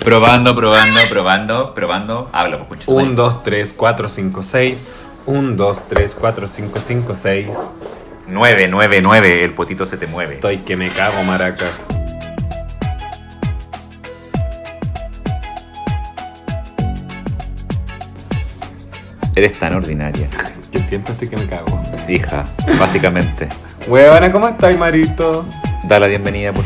Probando, probando, probando, probando. Habla, pues concha tu 1, madre. 2, 3, 4, 5, 6. 1, 2, 3, 4, 5, 5, 6. 9, 9, 9. El potito se te mueve. Estoy que me cago, maraca. Eres tan ordinaria. Que siempre estoy que me cago. Hija, básicamente. Huevona, ¿cómo estáis, Marito? Da la bienvenida, por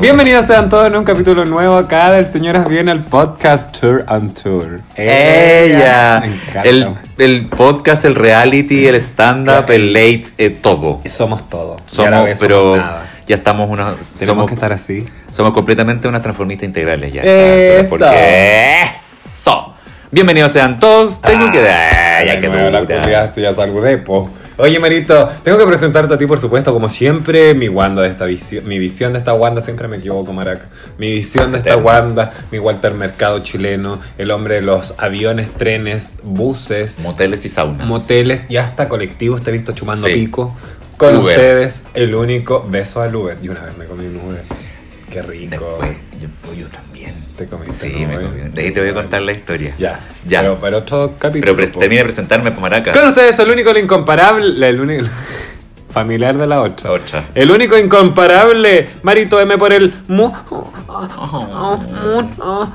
Bienvenidos sean todos en un capítulo nuevo acá del Señoras Bien al podcast Tour and Tour. Ella. Me encanta. El, el podcast, el reality, el stand-up, el late, eh, todo. Somos todo. Y a la Somos, vez somos pero nada. ya estamos una. Tenemos somos- que estar así. Somos completamente unas transformistas integrales ya. Eso. Porque eso. Bienvenidos sean todos. Tengo que dar. Ya Ay, que no, Ah, la dura. culiá, sí, ya saludé, po. Oye, Marito, tengo que presentarte a ti, por supuesto, como siempre, mi Wanda de esta visión, mi visión de esta Wanda, siempre me equivoco, maraca. Mi visión de esta Eterno. Wanda, mi Walter Mercado chileno, el hombre de los aviones, trenes, buses, Moteles y saunas. moteles y hasta colectivos, te he visto chumando Sí. pico. Con Uber. ustedes, el único beso al Uber. Y una vez me comí un Uber. Qué rico. Después, yo, oh, yo también. Te comiste Sí, un me Uber. comí. De ahí te voy a contar la historia. Ya, Ya. Pero para otro Pero capítulo. pre- po. termina de presentarme, pues, Pomaraca. Con ustedes el único, el incomparable, el único... Familiar de la otra. La otra. El único incomparable, Marito M por el mu-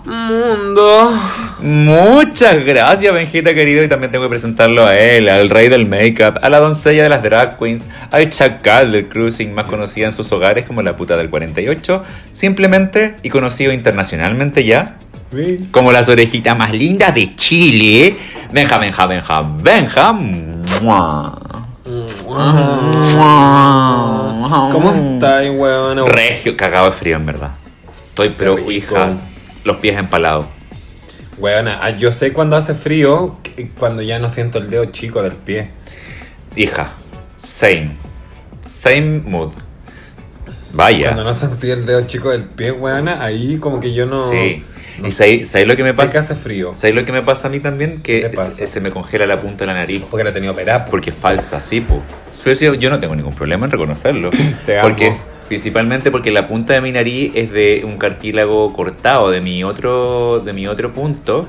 mundo. Muchas gracias, Benjita querido. Y también tengo que presentarlo a él, al rey del make-up, a la doncella de las drag queens, al chacal del cruising, más conocida en sus hogares como la puta del 48, simplemente y conocido internacionalmente ya Sí. como las orejitas más lindas de Chile. Benja, Benja, Benja, Benja. Mua. Mua. ¿Cómo estáis, huevona? Regio, cagado de frío en verdad. Estoy, pero Qué rico. hija, los pies empalados. Huevona, ah, yo sé cuando hace frío, que- cuando ya no siento el dedo chico del pie. Hija, same. Same mood. Vaya. Cuando no sentí el dedo chico del pie, huevona, ahí como que yo no... sí. no y sé, sabéis sabéis lo que me sé que pasa. hace frío. ¿Sabéis lo que me pasa a mí también? ¿Qué Que pasa? se, se me congela la punta de la nariz. Porque la tenía operada. Porque es falsa, sí, po. Pero sí, yo no tengo ningún problema en reconocerlo. Te amo. porque, Principalmente porque la punta de mi nariz es de un cartílago cortado de mi otro, de mi otro punto.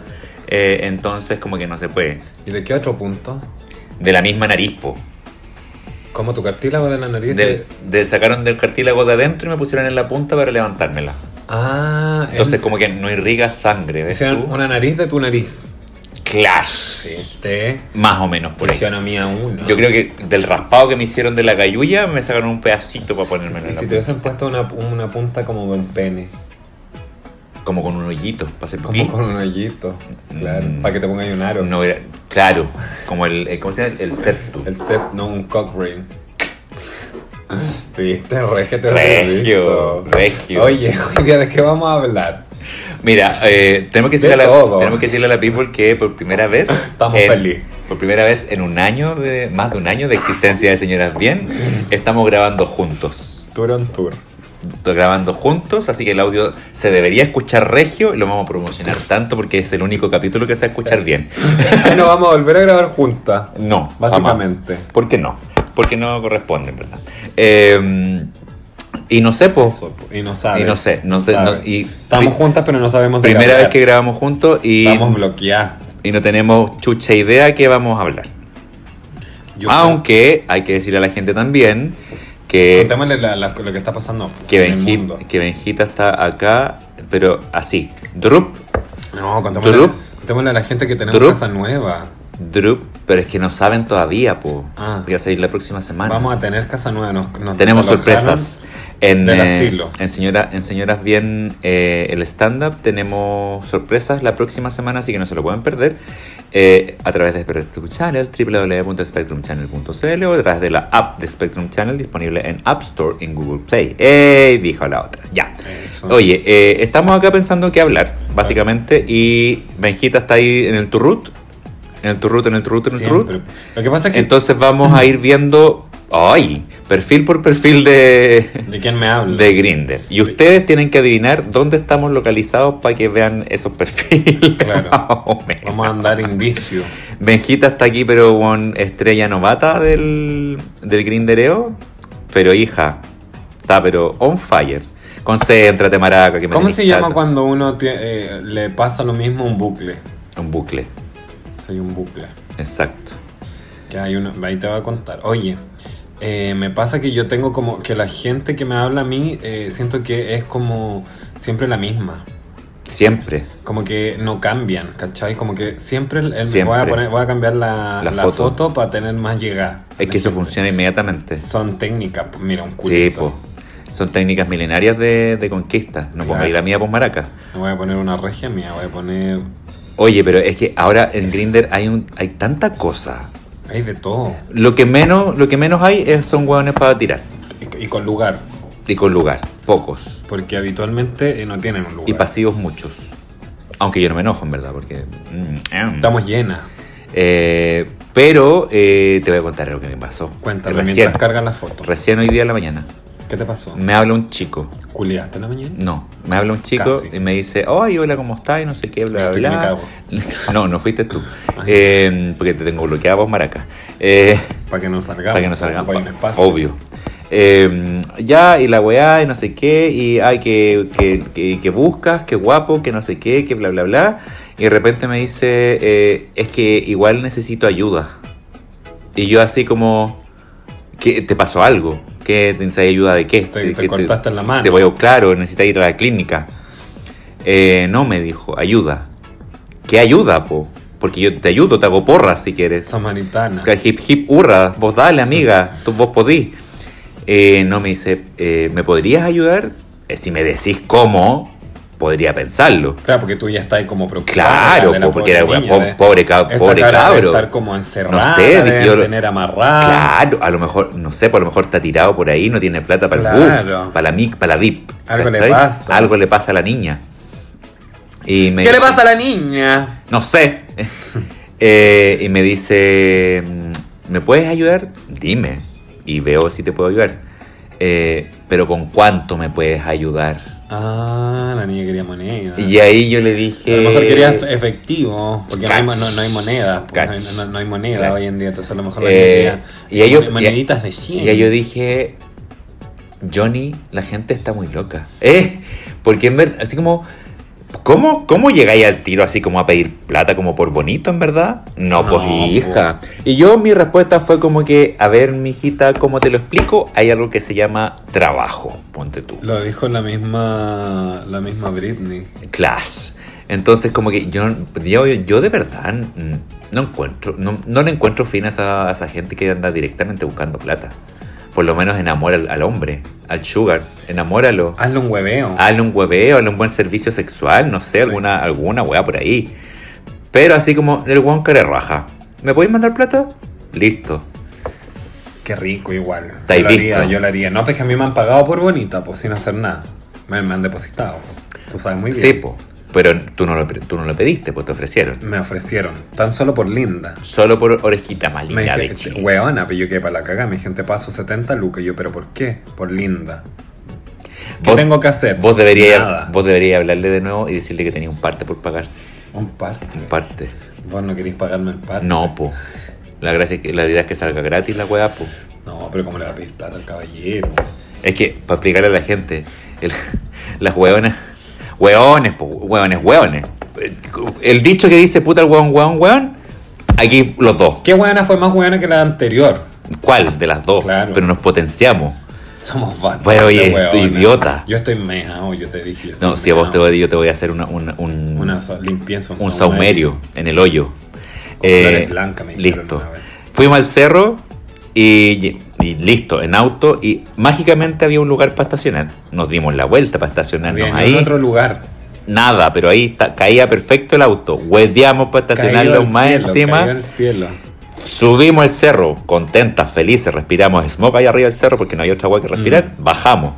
eh, entonces como que no se puede. ¿Y de qué otro punto? De la misma nariz, po. Como tu cartílago de la nariz. Del- de- sacaron del cartílago de adentro y me pusieron en la punta para levantármela. Ah, Entonces el- como que no irriga sangre, ¿ves hicieron tú? una nariz de tu nariz. Clash. Te Más o menos por ahí. fisionomía uno. Yo creo que del raspado que me hicieron de la gayulla me sacaron un pedacito para ponerme en la Y si te punta. hubiesen puesto una, una punta como de un pene, Como con un hoyito para hacer como pipí. con un hoyito, claro, Mm. para que te pongas un aro. No era- claro, como el, eh, ¿cómo se llama? El septum. El set, no un cock ring. Viste, regio, te lo Regio, he visto. regio. Oye, hoy día de qué vamos a hablar. Mira, eh, tenemos, que De decirle a la, todo. tenemos que decirle a la people que por primera vez... Estamos en- feliz. Por primera vez en un año, de más de un año de existencia de Señoras Bien, estamos grabando juntos. Tour on tour. Estoy grabando juntos, así que el audio se debería escuchar regio y lo vamos a promocionar tanto porque es el único capítulo que se va a escuchar bien. bueno, vamos a volver a grabar juntas. No, jamás. Básicamente. ¿Por qué no? Porque no corresponde, en ¿verdad? Eh, y no sé, pues, Eso, po, Y no sabes. Y no sé, no sé, no- sabes. y- Estamos juntas, pero no sabemos de primera vez grabar. que grabamos juntos y, Estamos bloqueadas. y no tenemos chucha idea que vamos a hablar. Yo- Aunque hay que decirle a la gente también que, Contémosle la- la- lo que está pasando que, en el Benji- mundo. que Benjita está acá, pero así. Drup, No, contémosle, Drup. contémosle a la gente que tenemos Drup. casa nueva. Drup, pero es que no saben todavía, po. Ah. Porque va a salir la próxima semana. Vamos a tener casa nueva. Nos, nos Tenemos desalojaron. sorpresas. En, del eh, asilo. en, señora, en Señoras Bien eh, el stand-up tenemos sorpresas la próxima semana, así que no se lo pueden perder. eh, a través de Spectrum Channel, www.spectrumchannel.cl o a través de la app de Spectrum Channel disponible en App Store en Google Play. ¡Ey! Dijo la otra. Ya. Eso. Oye, eh, estamos acá pensando qué hablar, básicamente. Y Benjita está ahí en el turrut. En el turrut, en el turrut, en el turrut. Siempre. Lo que pasa es que. Entonces vamos a ir viendo, ay, perfil por perfil de, ¿De quién me habla? de Grinder. Y ustedes tienen que adivinar dónde estamos localizados para que vean esos perfiles. Claro. Más o menos. Vamos a andar indicio. Benjita está aquí, pero con estrella novata del, del Grindereo. Pero hija, está pero on fire. Concéntrate, maraca, que me ¿Cómo tenés se chato. llama cuando uno tie- eh, le pasa lo mismo a un bucle? Un bucle, Soy un bucle. exacto. Que hay uno, ahí te voy a contar. Oye, eh, me pasa que yo tengo como que la gente que me habla a mí eh, siento que es como siempre la misma. Siempre. Como que no cambian, ¿cachai? Como que siempre, el- el- Siempre. Voy, a poner, voy a cambiar la, La la foto. foto. para tener más llegada. Es que eso funciona inmediatamente. Son técnicas, pues, mira, un Sí, culito. po. Son técnicas milenarias de, de conquista. No pongáis Claro. la mía por maraca. Me voy a poner una regia mía, voy a poner... Oye, pero es que ahora en Grinder hay un hay tanta cosa. Hay de todo. Lo que menos lo que menos hay es, son hueones para tirar Y, y con lugar, y con lugar, pocos porque habitualmente eh, no tienen un lugar. y pasivos muchos. Aunque yo no me enojo en verdad porque mm, em. Estamos llenas. Eh, pero eh, te voy a contar lo que me pasó. Cuéntame recién, mientras cargan la foto. recién Mm. hoy día en la mañana ¿Qué te pasó? me habla un chico. ¿Culeaste en la mañana? No, me habla un chico Casi. y me dice, ay, hola, ¿cómo estás? Y no sé qué, bla, Mira, tú que me bla, cago. bla. No, no fuiste tú. Eh, porque te tengo bloqueado vos, Maraca. Eh, Para que no salgamos. para que no salgan, Para que pa- nos pase. obvio. Eh, ya, y la weá, y no sé qué, y ay, que, que, que- que buscas, que guapo, que no sé qué, que bla, bla, bla. Y de repente me dice, eh, es que igual necesito ayuda. Y yo así como, ¿qué, ¿te pasó algo? ¿Qué necesitas ayuda de qué? Te- ¿Qué- te qué cortaste la mano. Te voy a, claro, necesitas ir a la clínica. Eh, no, me dijo, ayuda. ¿Qué ayuda, po? Porque yo te ayudo, te hago porras si quieres. Samaritana. Que Hip hip hurra, vos dale amiga, tú vos podís. Eh, no me dice, eh, ¿me podrías ayudar? Eh, si me decís cómo, podría pensarlo. Claro, porque tú ya estás ahí como preocupado. Claro, de la po, porque era pobre una niña, po- de- pobre, ca- eh. esta pobre cara debe cabro. estar como encerrada. No sé, debe dije yo- tener amarrada. Claro, a lo mejor, no sé, por lo mejor está tirado por ahí, no tiene plata para el Claro. bus, para la mic, para la dip. Algo le pasa. Algo le pasa a la niña. Y me ¿Qué le dice- pasa a la niña? No sé. Eh, y me dice, mm, ¿me puedes ayudar? Dime. Y veo si te puedo ayudar. Eh, pero ¿con cuánto me puedes ayudar? Ah, la niña quería moneda. Y ahí yo le Ah. a dije... lo mejor quería efectivo, porque no hay, Cach. no, no hay moneda. pues, Cach. no, hay- no- no hay moneda Claro. hoy en día, entonces a lo mejor la Eh, niña y ahí yo- mon- moneditas de 100. Y ahí yo dije, Johnny, la gente está muy loca. ¿Eh? Porque en verdad, así como, ¿cómo, ¿cómo llegáis al tiro así como a pedir plata como por bonito, en verdad? No, No, pues po. hija. Y yo mi respuesta fue como que, a ver, mijita, ¿cómo te lo explico? Hay algo que se llama trabajo, ponte tú. Lo dijo la misma, la misma Britney. Clash. Entonces, como que yo, yo, yo de verdad mm, no encuentro, no, no le encuentro fin a esa, a esa gente que anda directamente buscando plata. Por lo menos enamora al, al hombre, al sugar, enamóralo. Hazle un hueveo. Hazle un hueveo, hazle un buen servicio sexual, no sé, alguna, alguna weá por ahí. Pero así como el weón que le raja. ¿Me podéis mandar plata? Listo. Qué rico igual. Está ahí yo lo haría, visto. yo lo haría. No, pues que a mí me han pagado por bonita, pues sin hacer nada. Me, me han depositado. Tú sabes muy bien. Sí, po. Pero tú no, lo, pre- tú no lo pediste, pues te ofrecieron. Me ofrecieron. Tan solo por linda. Solo por orejita más Me linda de dije, "Este, Chile. weona, pero yo quedé para la cagada. Mi gente pasó 70 lucas. Yo, pero ¿por qué? Por linda. ¿Qué Vos- tengo que hacer? Vos deberías, Nada. vos deberías hablarle de nuevo y decirle que tenía un parte por pagar. Un parte. Un parte. Vos no queréis pagarme el parte. No, po. La gracia es que la idea es que salga gratis la weá, po. No, pero ¿cómo le va a pedir plata al caballero? Es que, para explicarle a la gente, el- las hueonas. Hueones, po, hueones, hueones. El dicho que dice puta el hueón, hueón, hueón. Aquí los dos. ¿Qué weona fue más weona que la anterior? ¿Cuál de las dos? Claro. Pero nos potenciamos. Somos bastante Pero, oye, weonas. tú idiota. Yo estoy mejao, yo te dije. yo estoy No, si a vos te mejao. voy, yo te voy a hacer una, una- un, Una sa- limpieza, un saumerio en el hoyo. Eh, Con flores blancas, me dijeron Listo. una vez. Fuimos al cerro y, y listo, en auto. Y mágicamente había un lugar para estacionar. Nos dimos la vuelta para estacionarnos Bien, Ah, ahí. en otro lugar. Nada, pero ahí ta- caía perfecto el auto. Hueveamos para Caído estacionarlo al más cielo, encima. caído al cielo. Subimos el cerro, contentas, felices. Respiramos smoke ahí arriba del cerro porque no había otra agua que respirar. Bajamos.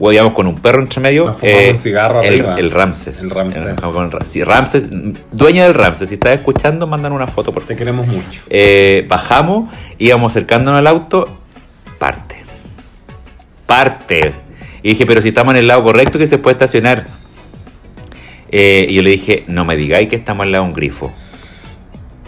Hueveamos con un perro entre medio. Mm. eh, Nos fumamos un cigarro el, arriba. el Ramses. El Ramses. con Ra- sí, Ramses, dueño del Ramses. Si estás escuchando, mandan una foto, por favor. Te queremos mucho. Eh, bajamos, íbamos acercándonos al auto, parte. Parte. Y dije, pero si estamos en el lado correcto que se puede estacionar. Eh, y yo le dije, no me digáis que estamos al lado de un grifo.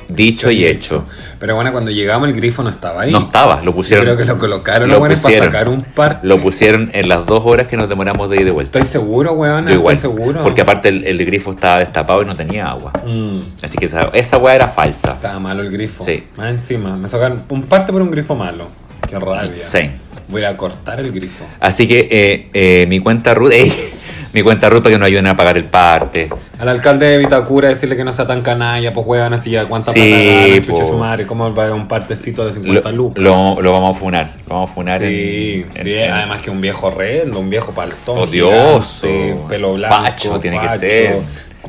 Dicho y hecho. Pero bueno, cuando llegamos el grifo no estaba ahí. No estaba, lo Yo pusieron. creo que lo colocaron lo lo bueno, para pusieron. sacar un par. Lo pusieron en las dos horas que nos demoramos de ir y de vuelta. Estoy seguro, weón. Yo igual. Estoy seguro. Porque aparte el, el grifo estaba destapado y no tenía agua. Mm, Así que esa, esa weá era falsa. estaba malo el grifo. Sí. Más encima. Me sacaron un parte por un grifo malo. Qué rabia. Sí. Voy a ir a cortar el grifo. Así que eh, eh, mi cuenta Ruth, ey, mi cuenta Ruth para que nos ayuden a pagar el parte. Al alcalde de Vitacura decirle que no sea tan canalla, pues weón, así ya cuánta Sí, patada, chucha po. su madre, cómo va a haber un partecito de Lo, 50 lucas. lo- lo vamos a funar. Lo vamos a funar Sí, en- en- sí, en- además que un viejo horrendo, un viejo paltón. Odioso, gigante, pelo blanco. facho tiene que ser,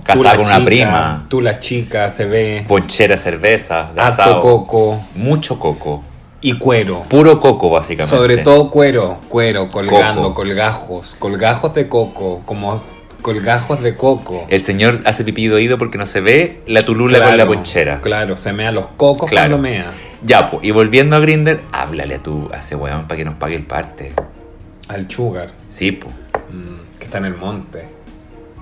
casado Tú la con una prima. Tú la chica, se ve. Ponchera, cerveza, de Harto asado. coco Mucho coco. y cuero. Puro coco, básicamente. Sobre todo cuero, cuero, colgando, Coco. colgajos, colgajos de coco, como colgajos de coco. El señor hace pipí de oído porque no se ve la tulula Claro, con la ponchera. Claro, se mea los cocos Claro. cuando mea. Ya, pues, y volviendo a Grinder, háblale a tu, a ese weón para que nos pague el parte. Al chugar, Sí, pues. mm, que está en el monte.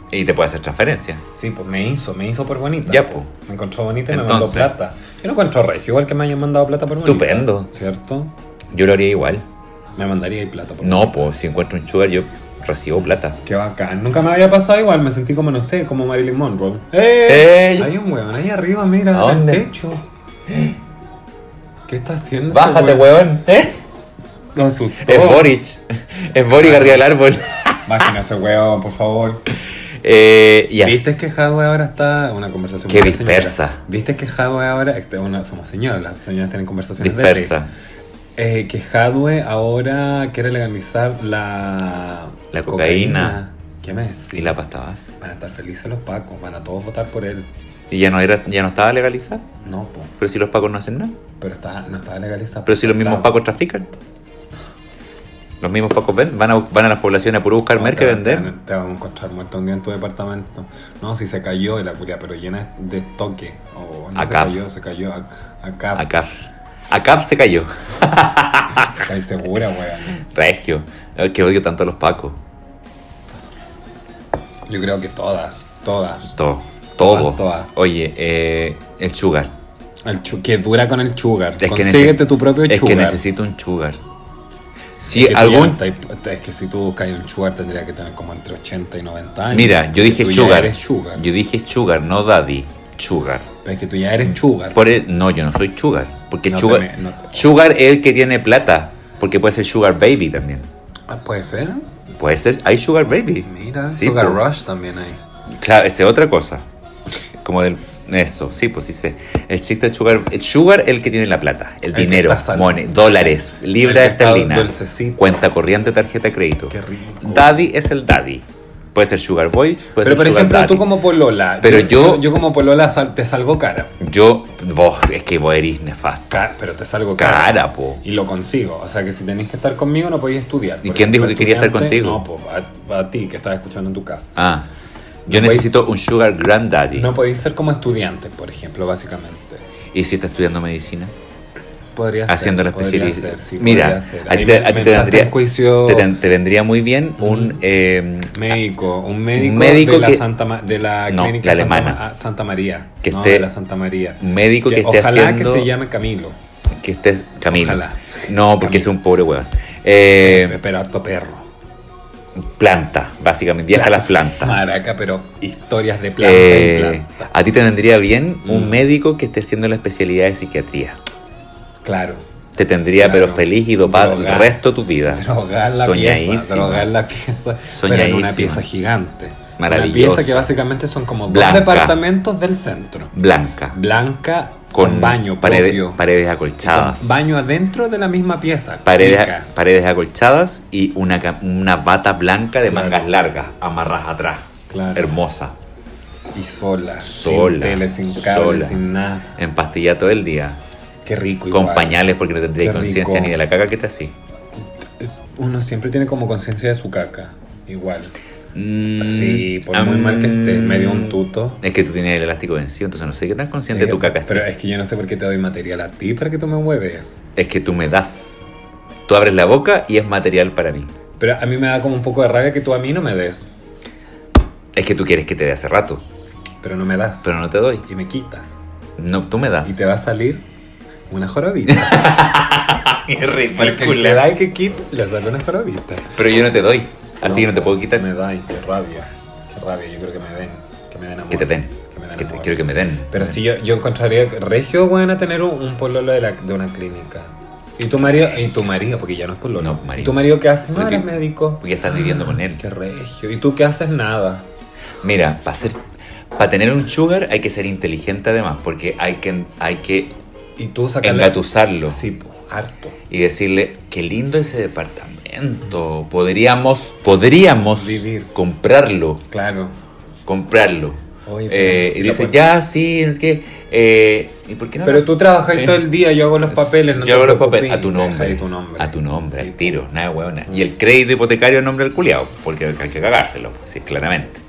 Y te puede hacer transferencia. Sí, pues me hizo, me hizo por bonita. Ya, po. Me encontró bonita y Entonces. me mandó plata. Yo no encuentro regio, igual que me hayan mandado plata por bonita. Estupendo. ¿Cierto? Yo lo haría igual. Me mandaría ahí plata por No, pues, si encuentro un sugar, yo recibo plata. Qué bacán. Nunca me había pasado igual, me sentí como, no sé, como Marilyn Monroe. ¡Eh! ¡Ey! Hay un weón ahí arriba, mira, ¿A en el dónde? techo. ¿Qué está haciendo? ese Bájate, weón. ¿Eh? Lo asustó. Es Boric. Es Boric arriba del árbol. Bájate ese weón, por favor. Eh, y así. ¿Viste que Hadwe ahora está una conversación Qué con la señora? dispersa. ¿Viste que Hadwe ahora, este, bueno, somos señoras, las señoras tienen conversaciones de este, Dispersa. Eh, que Hadwe ahora quiere legalizar la, La cocaína. ¿Qué me decís? Y la pasta base. Van a estar felices los pacos, van a todos votar por él. Y ya no, era, ya no estaba legalizada. No, po, Pero si los pacos no hacen nada. pero está, no estaba legalizado. Pero si los mismos pacos trafican. Los mismos pacos ven, van, a, van a las poblaciones a puro buscar merca y vender. Te vamos a encontrar muerto un día en tu departamento. No, si se cayó la curia, pero llena de estoque. O no Acá. se cayó, se cayó. ac- Acá. A CAF. A CAF se cayó. Se cae segura, weón. Regio. Ay, Que odio tanto a los pacos. Yo creo que todas, todas. Todo. Todo. Todas, todas. Oye, eh, el sugar. El chu- que dura con el chugar. Es que Consíguete neces- tu propio Es que chugar. necesito un sugar. Si Que tú algún ya no estás- Es que si tú buscas un sugar tendría que tener como entre 80 y 90 años. Mira, yo Porque dije tú ya sugar. eres sugar. Yo dije sugar, no daddy. Sugar. Pero es que tú ya eres sugar. Por el- no, yo no soy sugar. Porque No te sugar, me- no te- sugar es el que tiene plata. Porque puede ser sugar baby también. Ah, puede ser. Puede ser, hay sugar baby. Mira, Sí, pues. sugar po. rush también hay. Claro, esa es otra cosa. Como del... Eso, sí, pues sí sé. El chiste de sugar... El sugar el que tiene la plata, el, El que dinero, está salvo. money, dólares, El libra que está esterlina, dulcecito. cuenta corriente, tarjeta de crédito. Qué rico. Daddy es el daddy. Puede ser sugar boy, puede Pero ser por sugar ejemplo, daddy. tú como polola. Pero yo- Yo como polola sal- te salgo cara. Yo, vos, es que vos eres nefasta. Ca- pero te salgo cara. Cara, po. Y lo consigo. O sea que si tenés que estar conmigo no podéis estudiar. ¿Y Por quién dijo ejemplo, que quería estar estudiante, contigo? No, po, a, a ti que estás escuchando en tu casa. Ah, yo No necesito un sugar granddaddy. Pues- No podéis ser como estudiante, por ejemplo, básicamente. ¿Y si está estudiando medicina? Podría haciendo la ser, podría especialización. ser, sí, Mira, podría ser. a ti Ahí te, me- a ti me te echaste vendría, en juicio Mm. te, ten- te vendría muy bien un... eh, médico, un médico, médico de la que- Santa Ma- de la No, clínica la Santa alemana. Ma- ah, Santa, María, Que no, esté- de la Santa María. un médico que esté ojalá haciendo- que se llame Camilo. que estés... Camino. Ojalá. No, porque Camilo. es un pobre huevón. Eh, pero harto perro. planta, básicamente. Viaja a las plantas. Maraca, pero historias de planta y Eh, planta. a ti te vendría bien un Mm. médico que esté haciendo la especialidad de psiquiatría. Claro. Te tendría Claro. pero feliz y dopado el Drogar. resto de tu vida. Drogar la pieza, Soñadísimo. drogar la pieza, pero en Soñadísima. una pieza gigante. Maravillosa. Una pieza que básicamente son como Blanca. dos departamentos del centro. Blanca. Blanca Con, con, baño paredes, propio. paredes acolchadas. Con baño adentro de la misma pieza. Paredes, Pica. paredes acolchadas y una, ca- una bata blanca de Claro. mangas largas, amarras atrás. Claro. Hermosa. Y sola. Sola, Sin tele, sin cable, sola. sin nada. En pastilla todo el día. Qué rico. con igual. pañales porque no tendría Qué conciencia rico. ni de la caca que te así. Es- Uno siempre tiene como conciencia de su caca. Igual. Mm, Sí, por muy mal que esté, me dio un tuto. Eh, Es que tú tienes el elástico vencido, entonces no sé qué tan consciente de tu caca Pero estés. es que yo no sé por qué te doy material a ti para que tú me mueves. es que tú me das. Tú abres la boca y es material para mí. Pero a mí me da como un poco de rabia que tú a mí no me des. Es que tú quieres que te dé hace rato, Pero no me das. pero no te doy. Y me quitas. No, tú me das. Y te va a salir una jorobita. Al que le Ridícula. da que kit, le sale una jorobita. Pero yo no te doy. Así que no te puedo quitar. Me da y qué rabia. Qué rabia, yo creo que me den. Que me den amor. Que te den. Que me den Que te- amor. quiero que me den. Pero sí, yo, yo encontraría que regio bueno tener un, un pololo de, la- de una clínica. ¿Y tu marido? ¿Y tu marido? Porque ya no es pololo. No, marido. ¿Y tu marido qué hace? No, Porque- eres médico. Ah, porque estás viviendo con él. Qué regio. ¿Y tú qué haces? Nada. Mira, para ser, para tener un sugar hay que ser inteligente además, porque hay que, hay que ¿Y tú sacas engatusarlo Sí, po, harto. y decirle qué lindo ese departamento. Podríamos, podríamos Vivir. comprarlo, Claro. comprarlo. Oye, Eh, pero- y dice ya sí, es que eh, ¿y por qué no? Pero tú trabajas ahí Sí. todo el día, yo hago los papeles. no te yo hago los preocupes, papeles a tu deja ahí nombre, tu nombre. a tu nombre, Sí, pues. al tiro, nada de hueona. Y el crédito hipotecario a nombre del culiao, porque hay que cagárselo, sí, claramente.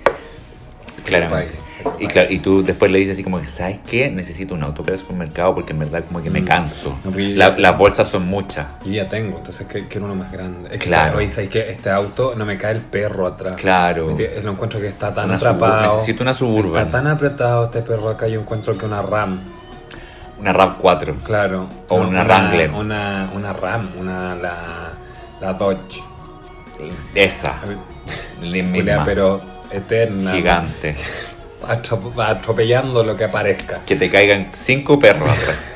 Claramente. pague, que Y, pague. claro, y tú después le dices así como que, ¿sabes qué? Necesito un auto para el supermercado porque en verdad como que me Mm. canso. No, pero yo- La- las bolsas son muchas. Yo ya tengo, entonces que- quiero uno más grande. Es que, Claro. ¿sabes? Oye, ¿sabes que este auto no me cae el perro atrás? Claro. Me tie- Lo encuentro que está tan Una Suburban. atrapado. Necesito una Está Suburban. tan apretado este perro acá, yo encuentro que una RAM, Una RAV4. claro. O una Wrangler. Una, una RAM, una la, la Dodge. Esa. La Julia, misma. pero eterna. Gigante. Atrop- atropellando lo que aparezca. Que te caigan cinco perros atrás.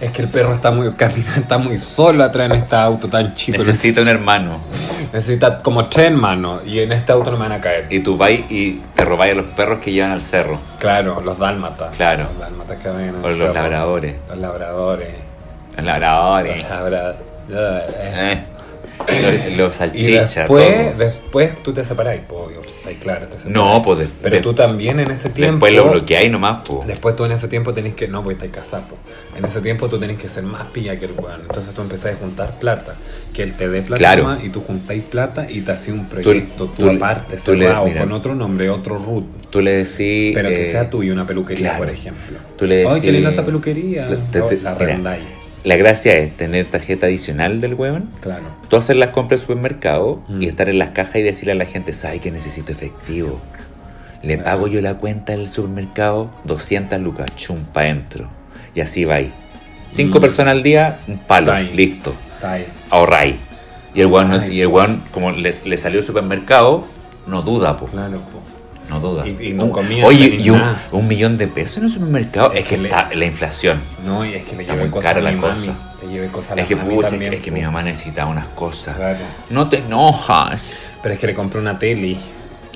Es que el perro está muy camina, está muy solo atrás en este auto tan chico. Necesito un hermano. necesita como tres manos y en este auto no me van a caer. Y tú vas y te robáis a los perros que llevan al cerro. Claro, los dálmatas. Claro. Los dálmatas que ven. O los labradores. Los labradores. Los labradores. Los labradores. Eh. Los, los Y salchichas. después, todos. después tú te separáis, po, obvio. Ahí, claro, te separáis. No, pues de- Pero de- tú también en ese tiempo. después lo bloqueáis nomás, po. Después tú en ese tiempo tenés que. No, porque estáis casados. po. En ese tiempo tú tenés que ser más pilla que el weón. Entonces tú empezás a juntar plata. Que él te dé plata Claro. más y tú juntáis plata y te hacís un proyecto. Tú, tú le- aparte, tú le- cerrado, mira. con otro nombre, otro root. Tú le decís. Pero que eh, sea tuyo una peluquería, claro. por ejemplo. Tú le decís. Ay, qué linda esa peluquería. La- te- No, te- la mira. arrendáis. La gracia es tener tarjeta adicional del huevón. Claro. Tú hacer las compras en supermercado Mm. y estar en las cajas y decirle a la gente, ¿sabes que necesito efectivo? Le Claro. pago yo la cuenta del supermercado, 200 lucas, chumpa, entro. Y así va ahí. Cinco Mm. personas al día, un palo, Va ahí. listo. Está ahí. ahorráis. Y el weón, no- Ay, y el weón, como les- le salió el supermercado, no duda, po. Claro, po. No duda. Y- y no Un- comía, Oye, ni y un, nada. un millón de pesos en el supermercado. Es Es, que que, le- está la inflación. No, y es que le Está llevé muy cosas cara a la mi mami. cosa. Le llevé cosas a la Es que, mami pucha, es también, que- es que po. mi mamá necesitaba unas cosas. Claro. No te enojas. Pero es que le compré una tele.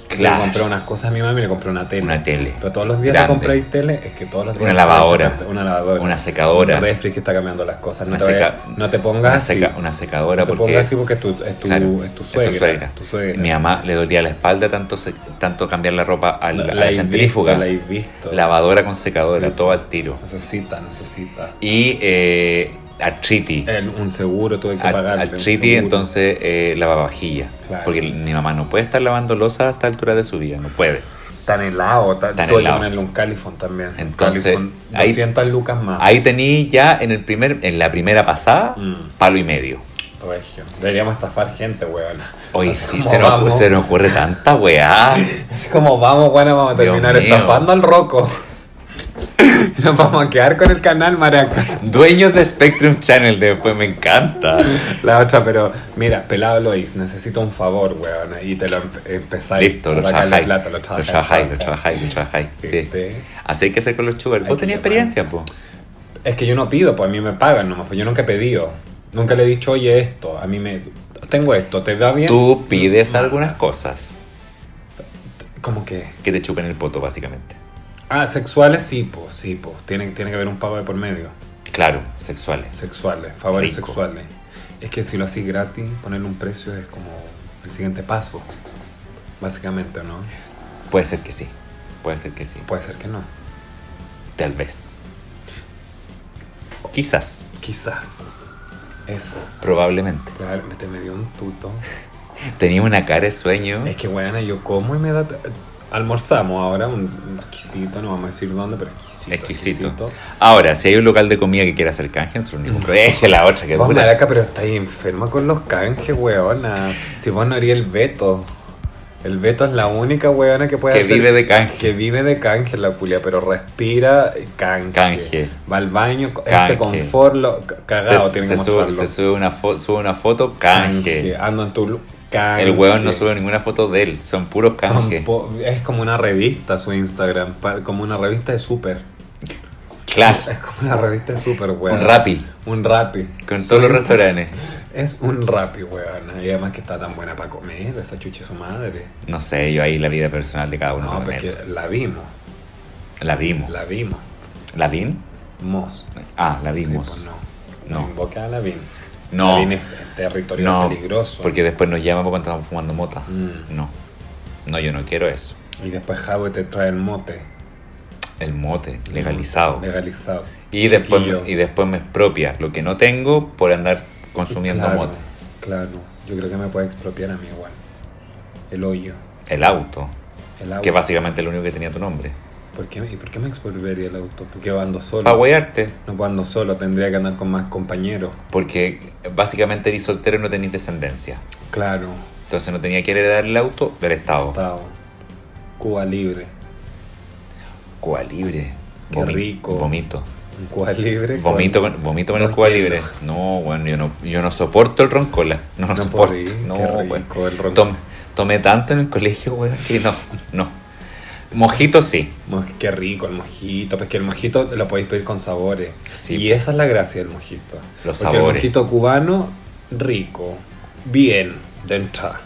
Claro. Le compré unas cosas a mi mami y le compré una tele. Una tele. Pero todos los días Grande. le compré tele, es que todos los días. Una le compré lavadora. Una lavadora. Una secadora. Un refri que está cambiando las cosas. No, Una te, vayas- seca- no te pongas. Una, así. seca- una secadora no te porque. pongas así porque es tu, es tu, claro, es tu es suegra. suegra. tu suegra. Mi mamá le dolía la espalda tanto, se- tanto cambiar la ropa a la, a la he visto, centrífuga. La he visto. Lavadora con secadora, Sí. todo al tiro. Necesita, necesita. Y eh, artritis. El- un seguro tuve que Al- pagar. al Triti, entonces eh, lavavajilla. Claro. Porque mi mamá no puede estar lavando losa a esta altura de su vida, no puede. Tan helado. Tan, Tan tuve que helado. ponerle un califón también. Entonces, Califón, ahí- 200 lucas más. Ahí tení ya en el primer, en la primera pasada, Mm. palo y medio. Regio. Deberíamos estafar gente, weona. Oye, Así sí, como se nos, vamos. se nos ocurre tanta weá. Así como vamos, weona, vamos a Dios terminar mío. estafando al roco. Y Nos vamos a quedar con el canal, maraca. Dueños de Spectrum Channel, después me encanta. La otra, pero mira, pelado Lois, necesito un favor, weona. Y te lo empe- empezáis. Listo, lo a sacar la trabajáis. plata, Lo trabajáis, lo trabajáis, lo trabajáis. Sí. Este. Así hay que hacer con los sugar. Hay Vos que tenías llamar. experiencia, po. Es que yo no pido, pues a mí me pagan nomás. Pues yo nunca he pedido. Nunca le he dicho, oye, esto. A mí me. Tengo esto, ¿te va bien? Tú pides No. algunas cosas ¿Cómo que? que te chupen el poto, básicamente. Ah, sexuales sí, pues, sí, pues. Tiene, tiene que haber un pago de por medio. Claro, sexuales. Sexuales, favores Rico. sexuales. Es que si lo haces gratis, ponerle un precio es como el siguiente paso. Básicamente, ¿no? Puede ser que sí. Puede ser que sí. Puede ser que no. Tal vez. Quizás. Quizás. Eso. Probablemente. Probablemente me dio un tuto. Tenía una cara de sueño. es que, weana, yo como y me da... Almorzamos ahora un, un exquisito, no vamos a decir dónde, pero exquisito. Exquisito. Ahora, si hay un local de comida que quiera hacer canje, nosotros Mm. ningún problema. Deje la otra que Vos, dura. maraca, pero estáis enferma con los canjes, weona. Si vos no harías el veto. El Beto es la única weona que puede Que hacer- vive de canje. Que vive de canje la culia, pero respira canje. Canje. Va al baño, Canje. este confort lo, c- cagado, se, tiene se que sube, mostrarlo. se sube una, fo- sube una foto canje. Ando en tu lu- canje. El weón no sube ninguna foto de él, son puros Son canje. po- Es como una revista su Instagram, pa- como una revista de súper. Clash, Es como una revista de súper, weón. un rapi, Un rapi. con todos los restaurantes. Es un rapi, weón. Y además que está tan buena para comer, esa chucha es su madre. No sé, yo ahí la vida personal de cada uno. No, no me porque meto. la vimos, La vimos. la vimos. ¿La vin? Mos. Ah, la Sí, vimos. pues no. No. No. invoca a la VIN. No. La VIN es es territorio No, peligroso. porque después nos llamamos cuando estamos fumando mota. Mm. No, no, yo no quiero eso. Y después Jabo te trae el mote. El mote, legalizado. Legalizado. Y después, Chiquillo. y después me expropia lo que no tengo por andar consumiendo Claro, mote. Claro. Yo creo que me puede expropiar a mí igual. El hoyo. El auto, El auto. que básicamente es lo único que tenía tu nombre. ¿Por qué, ¿Y por qué me expropiaría el auto? Porque ando solo. Para huearte, No pues ando solo, tendría que andar con más compañeros. porque básicamente eres soltero y no tenías descendencia. Claro. Entonces no tenía que heredar el auto del Estado. Estado. Cuba libre. Cuba libre. Qué rico. Vomito. Un Cuba libre. con- Vomito con, vomito con el Dos Cuba hielos. libre. No, bueno, yo no, yo no soporto el roncola. No lo No soporto. podí, no, qué rico weón. el ron- Tom- tomé tanto en el colegio, weón, que no, no. Mojito sí. Mo- pues, Qué rico el mojito, pues que el mojito lo podéis pedir con sabores. Sí. Y esa es la gracia del mojito. Los Porque sabores. el mojito cubano, rico, bien, de entrada.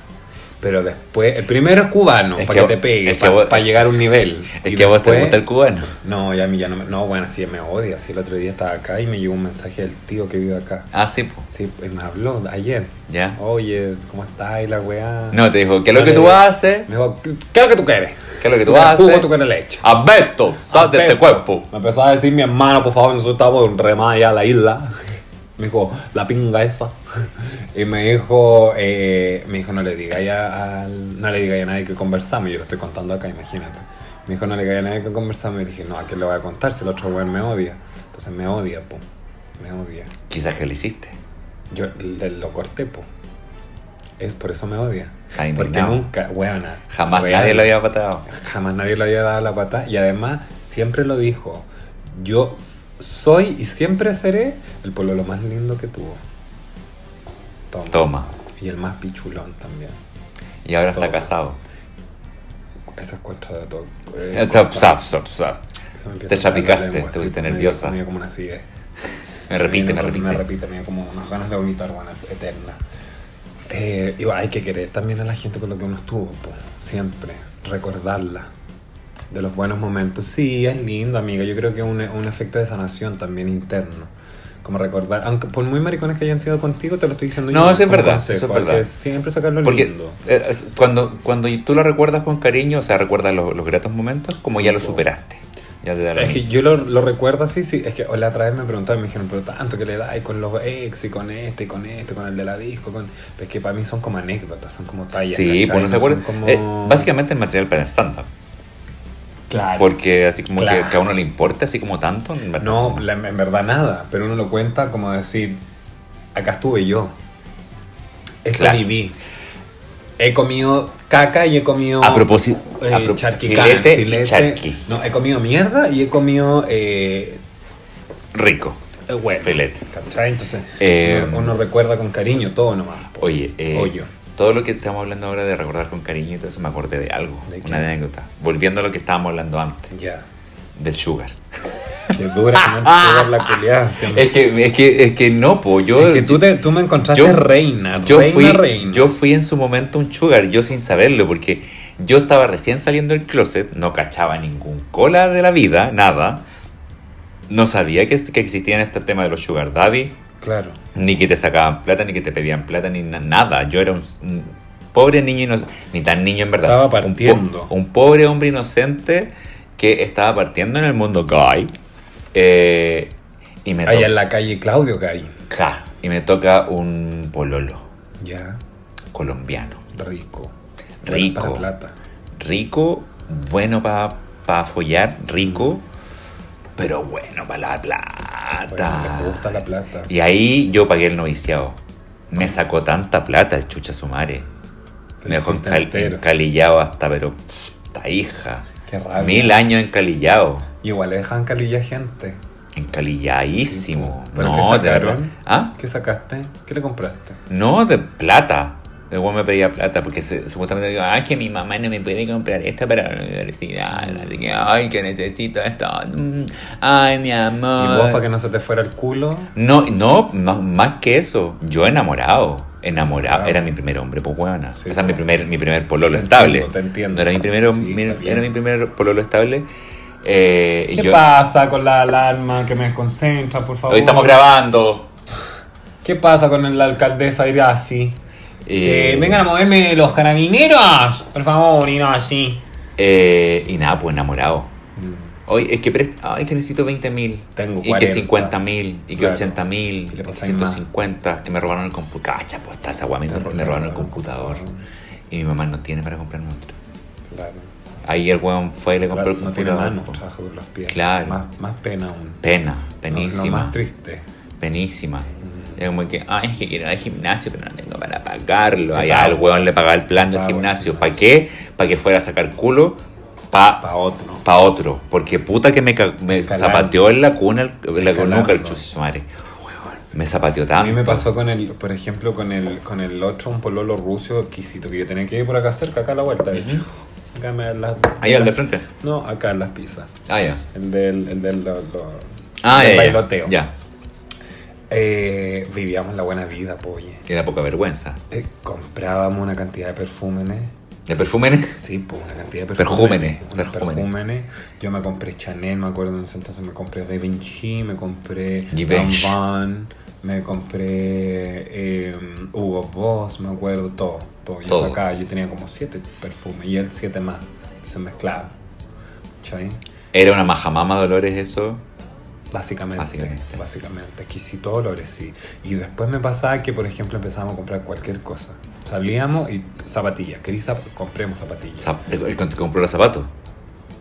Pero después, el primero es cubano, Es para que que, a- te pegue, es que a para vos- llegar a un nivel. Es Y que a vos te después- gusta el cubano. No, ya a mí ya no me... No, bueno, sí, me odia. Sí, el otro día estaba acá y me llegó un mensaje del tío que vive acá. Ah, sí, pues. Sí, pues, me habló ayer. Ya. Oh. Oye, ¿cómo estás? Y la weá. No, te dijo, ¿qué es lo No que le tú veo. haces? Me dijo, ¿qué qué es lo que tú quieres? ¿Qué es lo que tú quieres haces? jugo, tú quieres leche. Alberto, sal de este Alberto. cuerpo. Me empezó a decir mi hermano, por favor, nosotros estamos en remada allá a la isla. Me dijo, la pinga esa. Y me dijo, eh, me dijo, no le diga ya al- no le diga ya a nadie que conversamos. Yo lo estoy contando acá, imagínate. Me dijo, no le diga ya a nadie que conversamos. Y le dije, no, ¿a quién le voy a contar si el otro weón me odia? Entonces me odia, po. Me odia. Quizás que lo hiciste. Yo le- lo corté, po. Es por eso me odia. Está Porque indignado. nunca, weona. Jamás real, nadie lo había patado. Jamás nadie le había dado la pata y además siempre lo dijo. Yo soy y siempre seré el pueblo lo más lindo que tuvo. Toma. Toma. Y el más pichulón también. Y ahora está Toma. casado. Eso es contra de todo. eh, Zap, contra- zap, zap, zap. se me empieza Te a sacar la chapicaste, lengua, te así, pusiste me dio- nerviosa. Me dio como una acidez. Me repite, me dio- repite. Me repite, me dio como unas ganas de vomitar, bueno, eterna. Eh, y hay que querer también a la gente con lo que uno estuvo, po, siempre. Recordarla. De los buenos momentos. Sí, es lindo, amiga. Yo creo que es un, un efecto de sanación también interno. Como recordar, aunque por muy maricones que hayan sido contigo, te lo estoy diciendo No, yo. eso es como verdad, consejo, eso es hay que verdad. siempre sacar lo Porque lindo. eh, es- cuando, cuando tú lo recuerdas con cariño, o sea, recuerdas los, los gratos momentos, como Sí, ya lo po. superaste. Ya te da lo Es que mismo. yo lo, lo recuerdo así, sí. Es que la otra vez me preguntaron, me dijeron, pero tanto que le da, y con los ex, y con este, y con este, con el de la disco, con... Es que para mí son como anécdotas, son como tallas. Sí, ¿cachai? pues no se son acuerda. como- eh, básicamente el material para stand-up. Claro. Porque así como Claro. que, que a uno le importa así como tanto. en verdad, No, la- en verdad nada, pero uno lo cuenta como decir, acá estuve yo. Esto Claro. viví. He comido caca y he comido... A propósito, eh, a pro- charquicán, filete y filete. charqui. No, he comido mierda y he comido... eh, Rico. Eh, Bueno, Filete. ¿cachai? Entonces, Eh, uno, uno recuerda con cariño todo nomás. po. Oye, eh, Hoyo. todo lo que estamos hablando ahora de recordar con cariño y todo eso, me acordé de algo, ¿De qué? una anécdota. Volviendo a lo que estábamos hablando antes, Ya. del sugar. Que dura que no te dura la culiada. siempre. Es que, es que, es que no, po, yo... Mm. Es que tú, te- tú me encontraste yo- reina. Yo reina, fui, reina. yo fui en su momento un sugar, yo sin saberlo, porque yo estaba recién saliendo del closet, no cachaba ningún cola de la vida, nada. No sabía que, que existían este tema de los sugar daddy, Claro. ni que te sacaban plata, ni que te pedían plata, ni na- nada. Yo era un, un pobre niño, ino- ni tan niño en verdad. Estaba Un po- partiendo. Un, pobre hombre inocente que estaba partiendo en el mundo gay. eh, y me Allá toca- en la calle Claudio Gay. Claro, y me toca un pololo Ya. colombiano. Rico. Rico. Bueno, para plata. rico, bueno para follar, rico, pero bueno para la plata. Bueno, le gusta la plata. Y ahí yo pagué el noviciado. Me sacó tanta plata el chucha sumare. Me dejó hiciste encal- entero. encalillado hasta, pero. Esta hija. Qué rabia. Mil años encalillado. Igual le dejan calilla a gente. Encalilladísimo. ¿Pero no, qué de verdad. sacaron? ¿Ah? ¿Qué sacaste? ¿Qué le compraste? No, de plata. El weón me pedía plata porque se- supuestamente digo, ay, que mi mamá no me puede comprar esto para la universidad. Así que, ay, que necesito esto. Mm, Ay, mi Y amor. vos para que no se te fuera el culo. No, no, más, más que eso, yo enamorado. Enamorado, Enamorado. era mi primer hombre, pues weona. Sí, o sea, po. mi primer, mi primer pololo Te estable. entiendo, te entiendo. No era mi primer, Sí, mi- está bien. era mi primer pololo estable. Eh, y ¿Qué yo, pasa con la alarma que me desconcentra, por favor? hoy estamos grabando. ¿Qué pasa con la alcaldesa Irazi? Eh, Que vengan a moverme los carabineros, por favor, y no así. eh, y nada, pues enamorado. Hoy es que, prest- ay, que necesito 20 mil. Tengo Y que 40. 50 mil. Y que Claro. 80 mil. Y Y le que pasáis más. 150. Que me robaron el computador. Cacha, pues está esa guay, me, robaron me robaron el el computador. computador. Y mi mamá no tiene para comprarme otro. Claro. Ahí el weón fue y le compró Claro, el no tiene computador. manos, po. trabaja con las piernas. Claro. Más, más pena aún. Pena, Lo, lo penísima. más triste. Mm. penísima. Era como que, ay, es que quiero ir al gimnasio, pero no tengo para pagarlo. Te Allá pago. al weón le pagaba el plan del Pago el gimnasio. ¿Para gimnasio. qué? Para que fuera a sacar culo. Pa, Para otro. pa otro. Porque puta que me, ca- me Calando. zapateó en la cuna, el- en la Calando. nuca el chuchisumare. Me zapateó A tanto. mí me pasó con el, por ejemplo, con el, con el otro, un pololo ruso exquisito que yo tenía que ir por acá cerca, acá a la vuelta, de hecho. Acá me dan las. Ahí al de frente. No, acá en las pizzas. Ah, ya. El del, el del lo- lo- Ah, del ya, ya. bailoteo. Ya. Eh, vivíamos la buena vida, poye. Era poca vergüenza. Eh, comprábamos una cantidad de perfúmenes. ¿De perfúmenes? Sí, pues una cantidad de Perfúmenes, perfúmenes. unos perfúmenes. perfúmenes. Yo me compré Chanel, me acuerdo en ese entonces me compré Da Vinci, me compré Givenchy. Van Van, me compré eh, Hugo Boss, me acuerdo, todo. todo. Yo Todo. sacaba, yo tenía como siete perfumes y él siete más. Se mezclaba. ¿Cachai? Era una majamama Dolores eso. Básicamente, Básicamente. básicamente. Exquisito olores, sí. Y después me pasaba que, por ejemplo, empezábamos a comprar cualquier cosa. Salíamos y zapatillas. Querí zap- compremos zapatillas. Eh, Zap- el- el que compró los zapatos.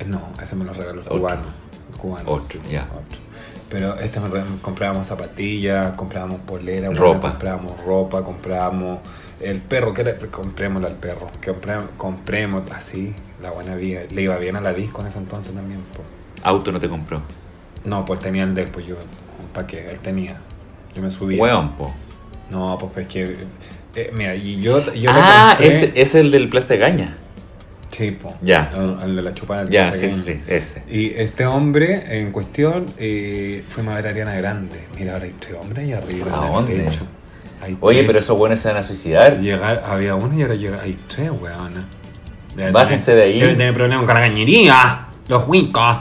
no, ese me lo regaló el Otro. cubano. Cubano. Otro, ya. otro. Pero este me re- comprábamos zapatillas, comprábamos polera, bueno, Ropa. comprábamos ropa, comprábamos el perro, que era, comprémosle al perro, compramos, compremos así, la buena vida. Le iba bien a la disco en ese entonces también. po. Auto no te compró. No, pues tenía el del, pues yo, ¿para qué? Él tenía. Yo me subía. Hueón, po. No, pues es que. eh, mira, y yo. yo le ah, compré- ese es el del Plaza de Gaña. Sí, po. Ya. El, el de la chupada del Ya, sí, pequeño. sí, sí, ese. Y este hombre en cuestión eh, fuimos a ver a Ariana Grande. Mira, ahora hay tres hombres ahí arriba. ¿A en el dónde? techo. Hay Oye, tres. pero esos buenos se van a suicidar. Llegar, había uno y ahora llega, hay tres, weón. Bájense de ahí. Deben tener problemas con la cañería. Los huicos.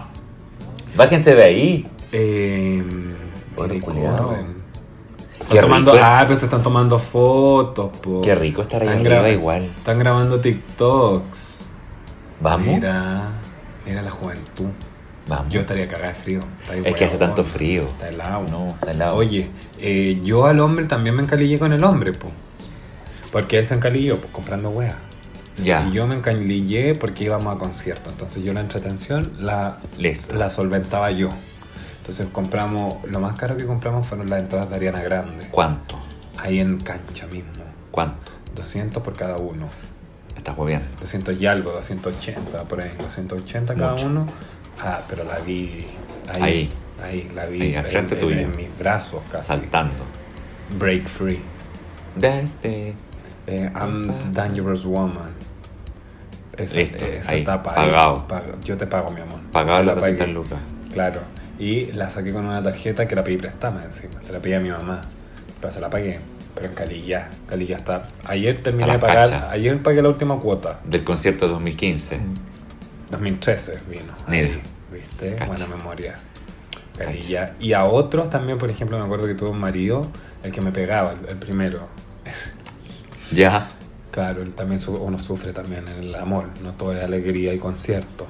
Bájense de ahí. Eh, Bueno, Eric culiao. Gordon. Qué Están tomando, rico. ah, pero se están tomando fotos, po. Qué rico estar ahí Están arriba graba- igual. Están grabando TikToks. Vamos, Mira, mira la juventud. vamos. Yo estaría cagada de frío. Está es que hace huevón, tanto frío. Está helado. No, está helado. Oye, eh, yo al hombre también me encalillé con el hombre, po. Porque él se encalilló, pues comprando weas. ya. Y yo me encalillé porque íbamos a concierto. Entonces yo la entretención la Listo. la solventaba yo. Entonces compramos, lo más caro que compramos fueron las entradas de Ariana Grande, ¿Cuánto? ahí en cancha mismo. ¿Cuánto? 200 por cada uno. Estás hueviando. 200 y algo, 280 por ahí, 280 cada Mucho. uno. Ah, pero la vi ahí. Ahí. Ahí, la vi. Ahí, al frente en, tuyo. En, mis brazos casi. Saltando. este. Break Free. Desde. Eh, I'm the Dangerous Woman. Esa, Listo, esa ahí, etapa. pagado. Pago- Yo te pago, mi amor. Pagaba Yo las la pagué. 200 lucas. Claro. Y la saqué con una tarjeta que la pedí prestada encima. Se la pedí a mi mamá. Pero se la pagué. Pero en Calilla. Calilla está. Ayer terminé A la de pagar. cacha. Ayer pagué la última cuota. Del concierto de 2015. Mm. 2013 vino. Mira. Ahí, ¿Viste? Cacha. Buena memoria. Calilla. Y a otros también, por ejemplo, me acuerdo que tuve un marido, el que me pegaba, el- el primero. Ya. Claro, él también su- uno sufre también en el amor, no todo es alegría y concierto,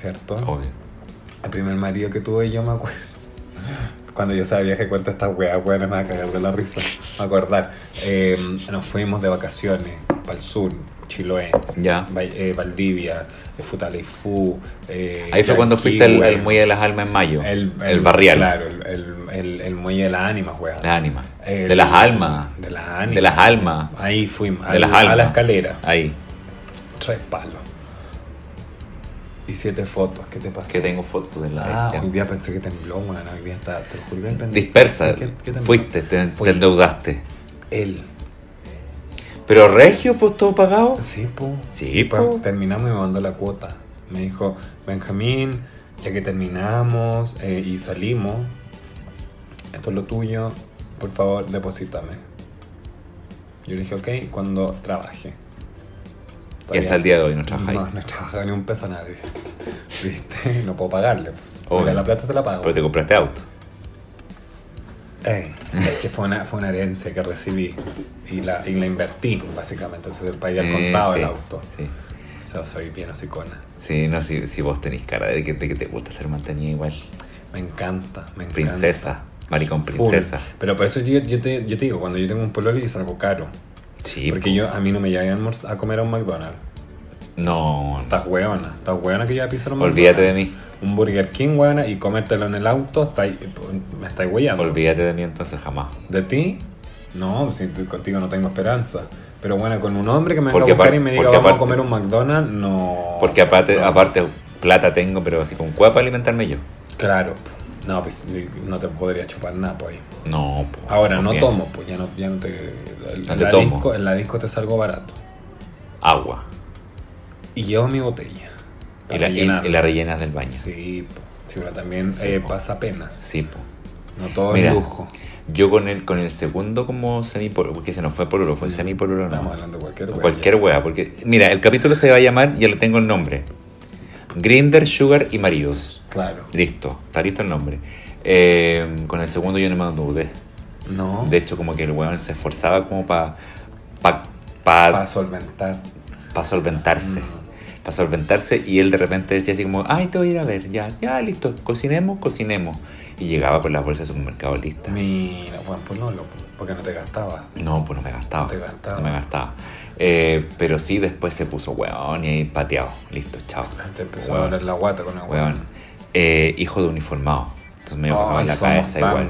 ¿cierto? Obvio. El primer marido que tuve yo me acuerdo. Cuando yo sabía que cuenta estas weas, weones, me va a cagar de la risa. Me voy a acordar. Eh, nos fuimos de vacaciones para el sur, Chiloé, Ya. Val- eh, Valdivia, eh, Futaleifú. eh, Ahí fue cuando fuiste al, Yanquihue, al Muelle de las Almas en mayo. El, el- barrial. Claro, el, el, el- el muelle de las ánimas, weón. Las ánimas. El- de las almas. De las ánimas. De las almas. Ahí fuimos. De las al- A la almas. escalera. Ahí. Tres palos. Y siete fotos. ¿Qué te pasó? Que tengo fotos de la. Ah, hoy día pensé que tembló, weón. Hoy día estaba, te lo juro que pensé- Dispersa. ¿Qué- qué tembló? Fuiste, te, Fui. te endeudaste. Él. Pero Regio, pues todo pagado. Sí, po. Sí, Pues, po. terminamos y me mandó la cuota. Me dijo, Benjamín, ya que terminamos eh, y salimos, esto es lo tuyo, por favor, deposítame. Yo le dije, ok, cuando trabaje. Y hasta el día de hoy no trabajáis. No, no he trabajado ni un peso a nadie. ¿Viste? No puedo pagarle. Pues. Obvio. Pero la plata se la pago. Pero te compraste auto. Eh, es que fue una, fue una herencia que recibí y la, y la invertí, básicamente. Entonces el país ha Eh, contado sí, el auto. Sí. O sea, soy bien hocicona. Sí, no, si, si vos tenés cara de que, de que te gusta ser mantenida igual. Me encanta, me encanta. Princesa. Maricón Full. princesa. Pero por eso yo, yo te, yo te digo, cuando yo tengo un pololo yo salgo caro. Sí. pues, porque po. yo, a mí no me llevan a, almorz- a comer a un McDonald's. No. Estás hueona, estás hueona que yo ya piso a un Olvídate de McDonald's. mí. Un Burger King, hueona, y comértelo en el auto, está ahí- me estáis hueando. Olvídate de mí entonces jamás. ¿De ti? No, pues, si tú- contigo no tengo esperanza. Pero bueno, con un hombre que me venga a Porque buscar apar- y me diga porque vamos a aparte- comer un McDonald's, no. Porque aparte, no. aparte plata tengo, pero así con cueva para alimentarme yo. Claro, p- no, pues no te podría chupar nada, pues. No, po, Ahora, no porque tomo, pues ya no, ya no te. el- No te la tomo. Disco, en la disco te salgo barato. Agua. Y llevo mi botella. Y para la, y- llenar. y la rellenas del baño. Sí, po. sí, pero también Sí, eh, po. pasa penas. Sí, po. No todo Mira, es lujo. Yo con el, con el segundo como semipoloro, porque se nos fue poloro, fue semipoloro Estamos Mm. no. hablando de cualquier hueá. Cualquier wea, porque mira, el capítulo se va a llamar, ya le tengo el nombre. Grinder, Sugar y Maridos. Claro. Listo, está listo el nombre. Eh, con el segundo yo no me dudé. No. De hecho, como que el weón se esforzaba como para pa, pa- Para solventar. para solventarse. Mm. Para solventarse. Y él de repente decía así como, ay, te voy a ir a ver. Ya, ya, listo. Cocinemos, cocinemos. Y llegaba con las bolsas de supermercado listas. Mira, bueno, pues no, lo- porque no te gastaba. No, pues no me gastaba. No te gastaba. No me gastaba. Eh, pero sí, después se puso weón y ahí pateado. Listo, chao. Te empezó Weón. a doler la guata con el Weón. Eh, hijo de uniformado. Entonces me No, bajaba la cabeza igual.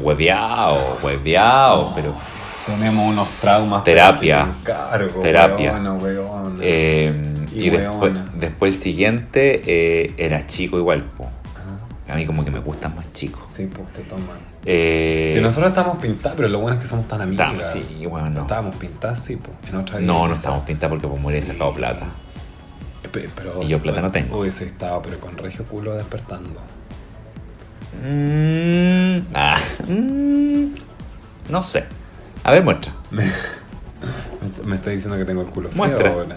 Hueveado, hueveado, pero... Oh. Tenemos unos traumas. Terapia. Cargo, Terapia. Weona, weona. eh, y Y después, hueona. después el siguiente eh, era chico igual. po. Ah, A mí como que me gustan más chicos. sí, pues te toman. Eh, Si nosotros estamos pintados, pero lo bueno es que somos tan amigos. Estamos, sí, bueno, no. Estábamos pintados, sí, pues. En otra vida No, no quizás. estamos pintados porque pues me hubiera sacado plata. Eh, pe- Pero, Y yo plata no tengo. Hubiese estado, pero con regio culo despertando. Mm, ah, mm, no sé. A ver, muestra. Me, me- me está diciendo que tengo el culo Muestra. feo ahora.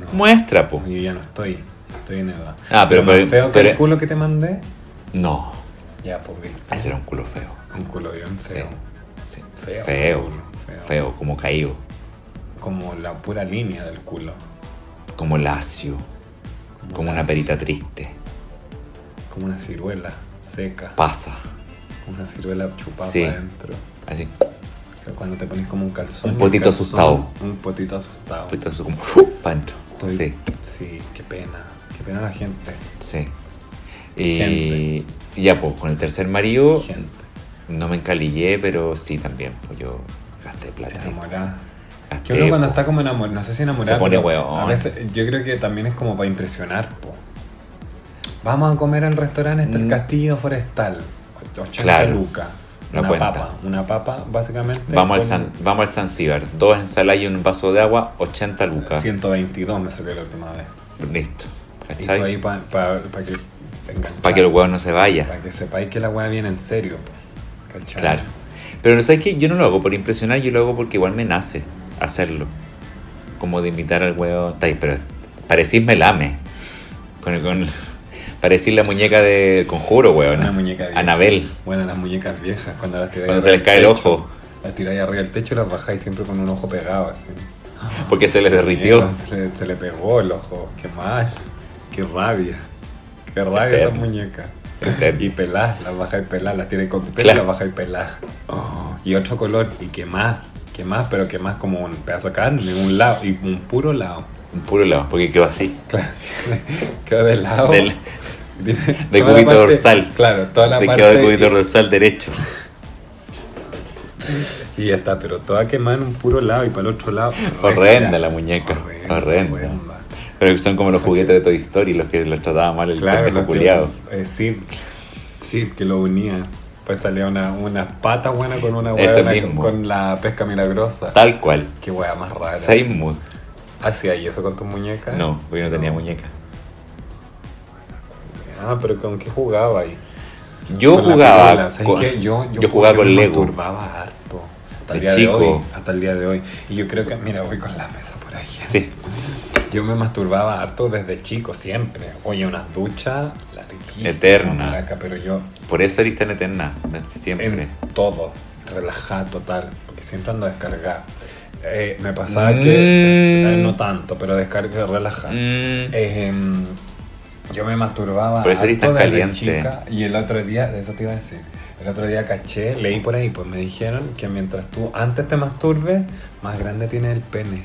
No. Muestra, po. Yo ya no estoy, estoy en edad. Ah, pero- más pero- feo que pero- el culo que te mandé. No, Ya, pues viste. ese era un culo feo. Un culo bien Sí, feo. sí. Feo. Feo, Feo. feo, como caído, Como la pura línea del culo. como lacio, como una perita triste. Como una ciruela seca. Pasa, Como una ciruela chupada Sí. para adentro. así, O sea, Cuando te pones como un Un calzón. y el potito calzón- asustado. Un potito asustado. pues, entonces, como ¡uh! pa' dentro. Estoy- Sí, Sí, qué pena. Qué pena la gente. sí. Y y ya, pues, con el tercer marido Gente. no me encalillé, pero sí también, pues yo gasté plata. ahí. Enamorada. Gasté, pues. Que uno cuando po. está como enamorado, no sé si enamorado. Se pone pero hueón. A veces yo creo que también es como para impresionar. po. Vamos a comer al restaurante del Mm. Castillo Forestal. 80 Claro. lucas. La una cuenta. papa. Una papa, básicamente. Vamos al, con San, vamos al Zanzíbar. Dos ensaladas y un vaso de agua, 80 lucas. 122 me salió la última vez. Listo. Y tú ¿Cachai? ahí para que enganchar, Para que el huevo no se vaya. pa' que sepáis que la weá viene en serio. po. ¿Cachai? Claro. Pero no sabes que yo no lo hago por impresionar, yo lo hago porque igual me nace hacerlo. Como de invitar al huevo. Está ahí, Pero parecís melame. Con, con, parecís la muñeca de conjuro, huevón. Una muñeca vieja. Anabel. Bueno, las muñecas viejas, cuando las tiráis Cuando arriba se les cae del el techo, ojo. Las tiráis arriba del techo y las bajáis siempre con un ojo pegado así. Porque se les derritió. Mierda, Eh, Se le, se le pegó el ojo. Qué mal. Qué rabia. Qué rabia esa Eterno. muñeca. Eterno. Y pelás, las bajas y pelás, las tiene con pelo y Claro. las bajas y pelás. Oh, y otro color, y qué más. ¿Qué más? Pero que más como un pedazo de carne, un lado, y un puro lado. Un puro lado, porque quedó así. Claro. Quedó de lado. Del- Tiene del toda la cubito parte- dorsal. Claro, toda la Te parte. quedó el cubito dorsal derecho. Y ya está, pero toda quemada en un puro lado y para el otro lado. Horrenda la muñeca, horrenda. Pero son como los juguetes de Toy Story, los que los trataba mal el Claro, pendejo no culiao. eh, sí, sí, que lo unía. Pues salía una, una pata buena con una Ese buena con, mismo. con la pesca milagrosa. Tal cual. Qué wea más rara. Same mood. ¿Hacía y eso con tus muñecas? No, porque no tenía muñeca. Ah, pero ¿con qué jugaba ahí? Yo Con la jugaba. piola, ¿sabes con- qué? Yo, yo, jugaba jugué, con me Lego. masturbaba harto. Hasta De el día chico. de hoy. Hasta el día de hoy. Y yo creo que, mira, voy con la mesa por ahí. Sí. Yo me masturbaba harto desde chico, siempre. Oye, unas duchas, la riquísima, Eterna. maraca, pero yo Por eso eres tan eterna, desde siempre. en todo, relajada total, porque siempre ando descargada. Eh, me pasaba que, Mm. eh, no tanto, pero descarga, relajada. Mm, Eh, em, yo me masturbaba. Por eso eres harto tan desde caliente. chica, y el otro día, de eso te iba a decir. El otro día caché, leí por ahí, pues me dijeron que mientras tú antes te masturbes, más grande tiene el pene,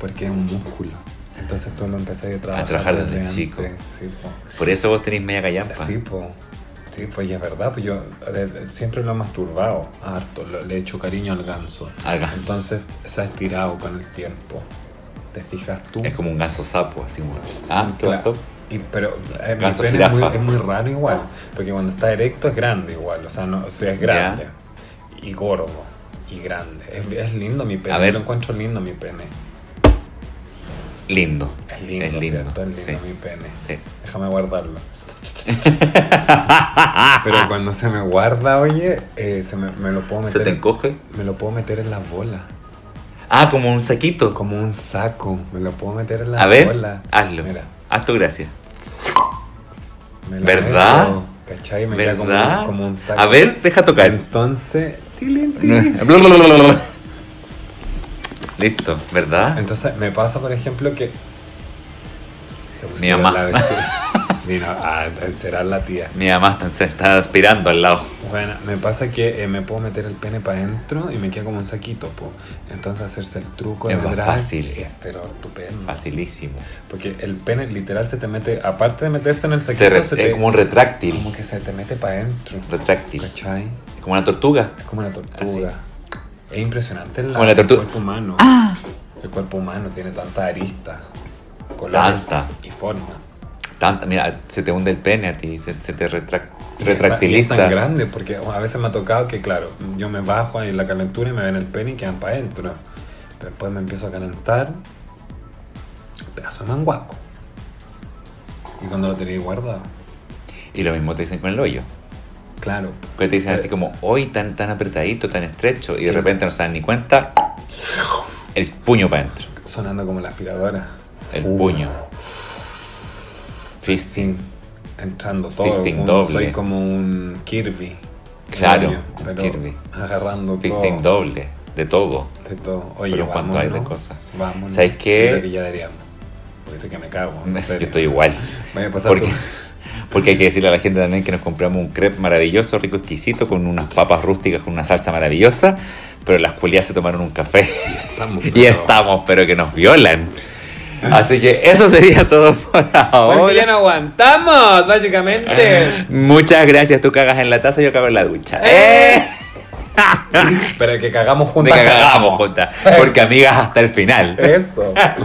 porque es un músculo. Entonces tú lo empezaste a trabajar. trabajar desde chico. Sí, pues. por eso vos tenés media callampa. Sí, pues. Sí, pues y es verdad, pues yo eh, eh, siempre lo he masturbado harto, lo- le he hecho cariño al ganso. Al ganso. Entonces se ha estirado con el tiempo. ¿Te fijas tú? Es como un ganso sapo, así como. Ah, ¿qué Claro. pasó? Y- pero eh, mi Ganso pene es muy, jirafa. es muy raro igual, porque cuando está erecto es grande igual, o sea, no, o sea es grande. Y gordo, y grande. Es, es lindo mi pene, A ver. yo lo encuentro lindo mi pene. Lindo. Es lindo, Es lindo. ¿cierto? Es lindo mi sí. pene. Sí. Déjame guardarlo. Pero cuando se me guarda, oye, eh, se me, me lo puedo ¿Se meter. te encoge? Me lo puedo meter en las bolas. Ah, como un saquito. Como un saco. Me lo puedo meter en las A ver, bolas. hazlo. Mira, Haz tu gracia. me lo ¿Verdad? meto, ¿Cachai? Me queda como, ¿Verdad? un- como un saco. A ver, deja tocar. Entonces. tilín, tilín. Blablabla. Listo, ¿verdad? Entonces me pasa, por ejemplo, que. Te pusieron mamá. la vecina. Vino a encerar ah, la tía. Mi mamá está, se está aspirando al lado. Bueno, me pasa que eh, me puedo meter el pene para adentro y me queda como un saquito, po. Entonces hacerse el truco Es de más drag fácil. es pero estupendo. Facilísimo. Porque el pene literal se te mete, aparte de meterse en el Se re- saquito, se, te, es como un retráctil. como que se te mete para adentro. Retráctil. ¿Cachai? Es como una tortuga. Es como una tortuga. Es impresionante la- Como la el tortuga. cuerpo humano. El cuerpo humano tiene tantas aristas, colores Tanta. y forma. Tanta- mira, se te hunde el pene a ti, se, se te retrac- Y retractiliza. Es tan grande, porque a veces me ha tocado que, claro, yo me bajo ahí en la calentura y me ven el pene y quedan para adentro. Pero después me empiezo a calentar. Pedazo de manguaco. Y cuando lo tenéis guardado. Y lo mismo te dicen con el hoyo. Claro. Que te dicen Eh. así como, hoy tan, tan apretadito, tan estrecho, y de repente no se dan ni cuenta, el puño para adentro. Sonando como la aspiradora. El Uh. puño. Fisting. Sí. Entrando todo. Fisting un- doble. Soy como un Kirby. Claro, Rollo, un pero Kirby. Agarrando Fisting todo. doble. De todo. De todo. Oye, Pero en cuanto hay de vámonos, cosas. vámonos. ¿Sabes qué? Yo creo que ya deberíamos. Porque estoy que me cago. en Yo serio. estoy igual. Vaya a pasar Porque, tú. porque hay que decirle a la gente también que nos compramos un crepe maravilloso, rico, exquisito, con unas papas rústicas, con una salsa maravillosa, pero las culiadas se tomaron un café Estamos, y pero- estamos, pero que nos violan. Así que eso sería todo por Porque ya ahora. Eh. no aguantamos, básicamente. Muchas gracias, tú cagas en la taza, yo cago en la ducha. ¡Eh! ¡Eh! Pero que cagamos De juntas. que cagamos, pues. Jota, porque amigas hasta el final. Eso. Ya,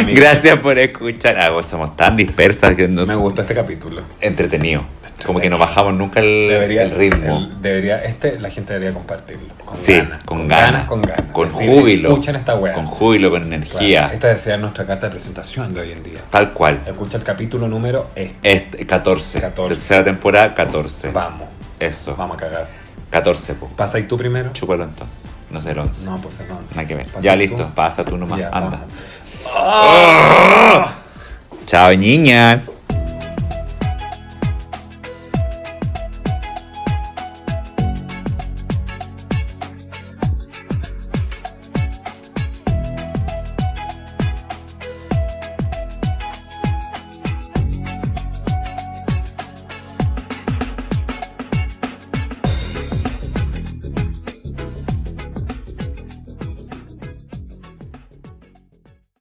amiga. Gracias por escuchar. Ah, vos somos tan dispersas que nos Me gustó este capítulo. entretenido. Como que no bajamos nunca el, el ritmo. el- debería, este, la gente debería compartirlo. Con sí, ganas. con, ganas, Con ganas. Con Decir, júbilo. Escuchen esta weá. Con júbilo, con Claro, energía. Esta decía nuestra carta de presentación de hoy en día. Tal cual. Escucha el capítulo número este. Este, 14. 14. Tercera temporada, 14. Vamos, Eso. vamos a cagar. 14, po. ¿Pasa ahí tú primero? Chúpalo entonces. No sé, el 11. No, pues entonces. Nada que ver. Pasa Ya tú. listo. Pasa tú nomás. Ya, Anda. vamos. Chao, niñas.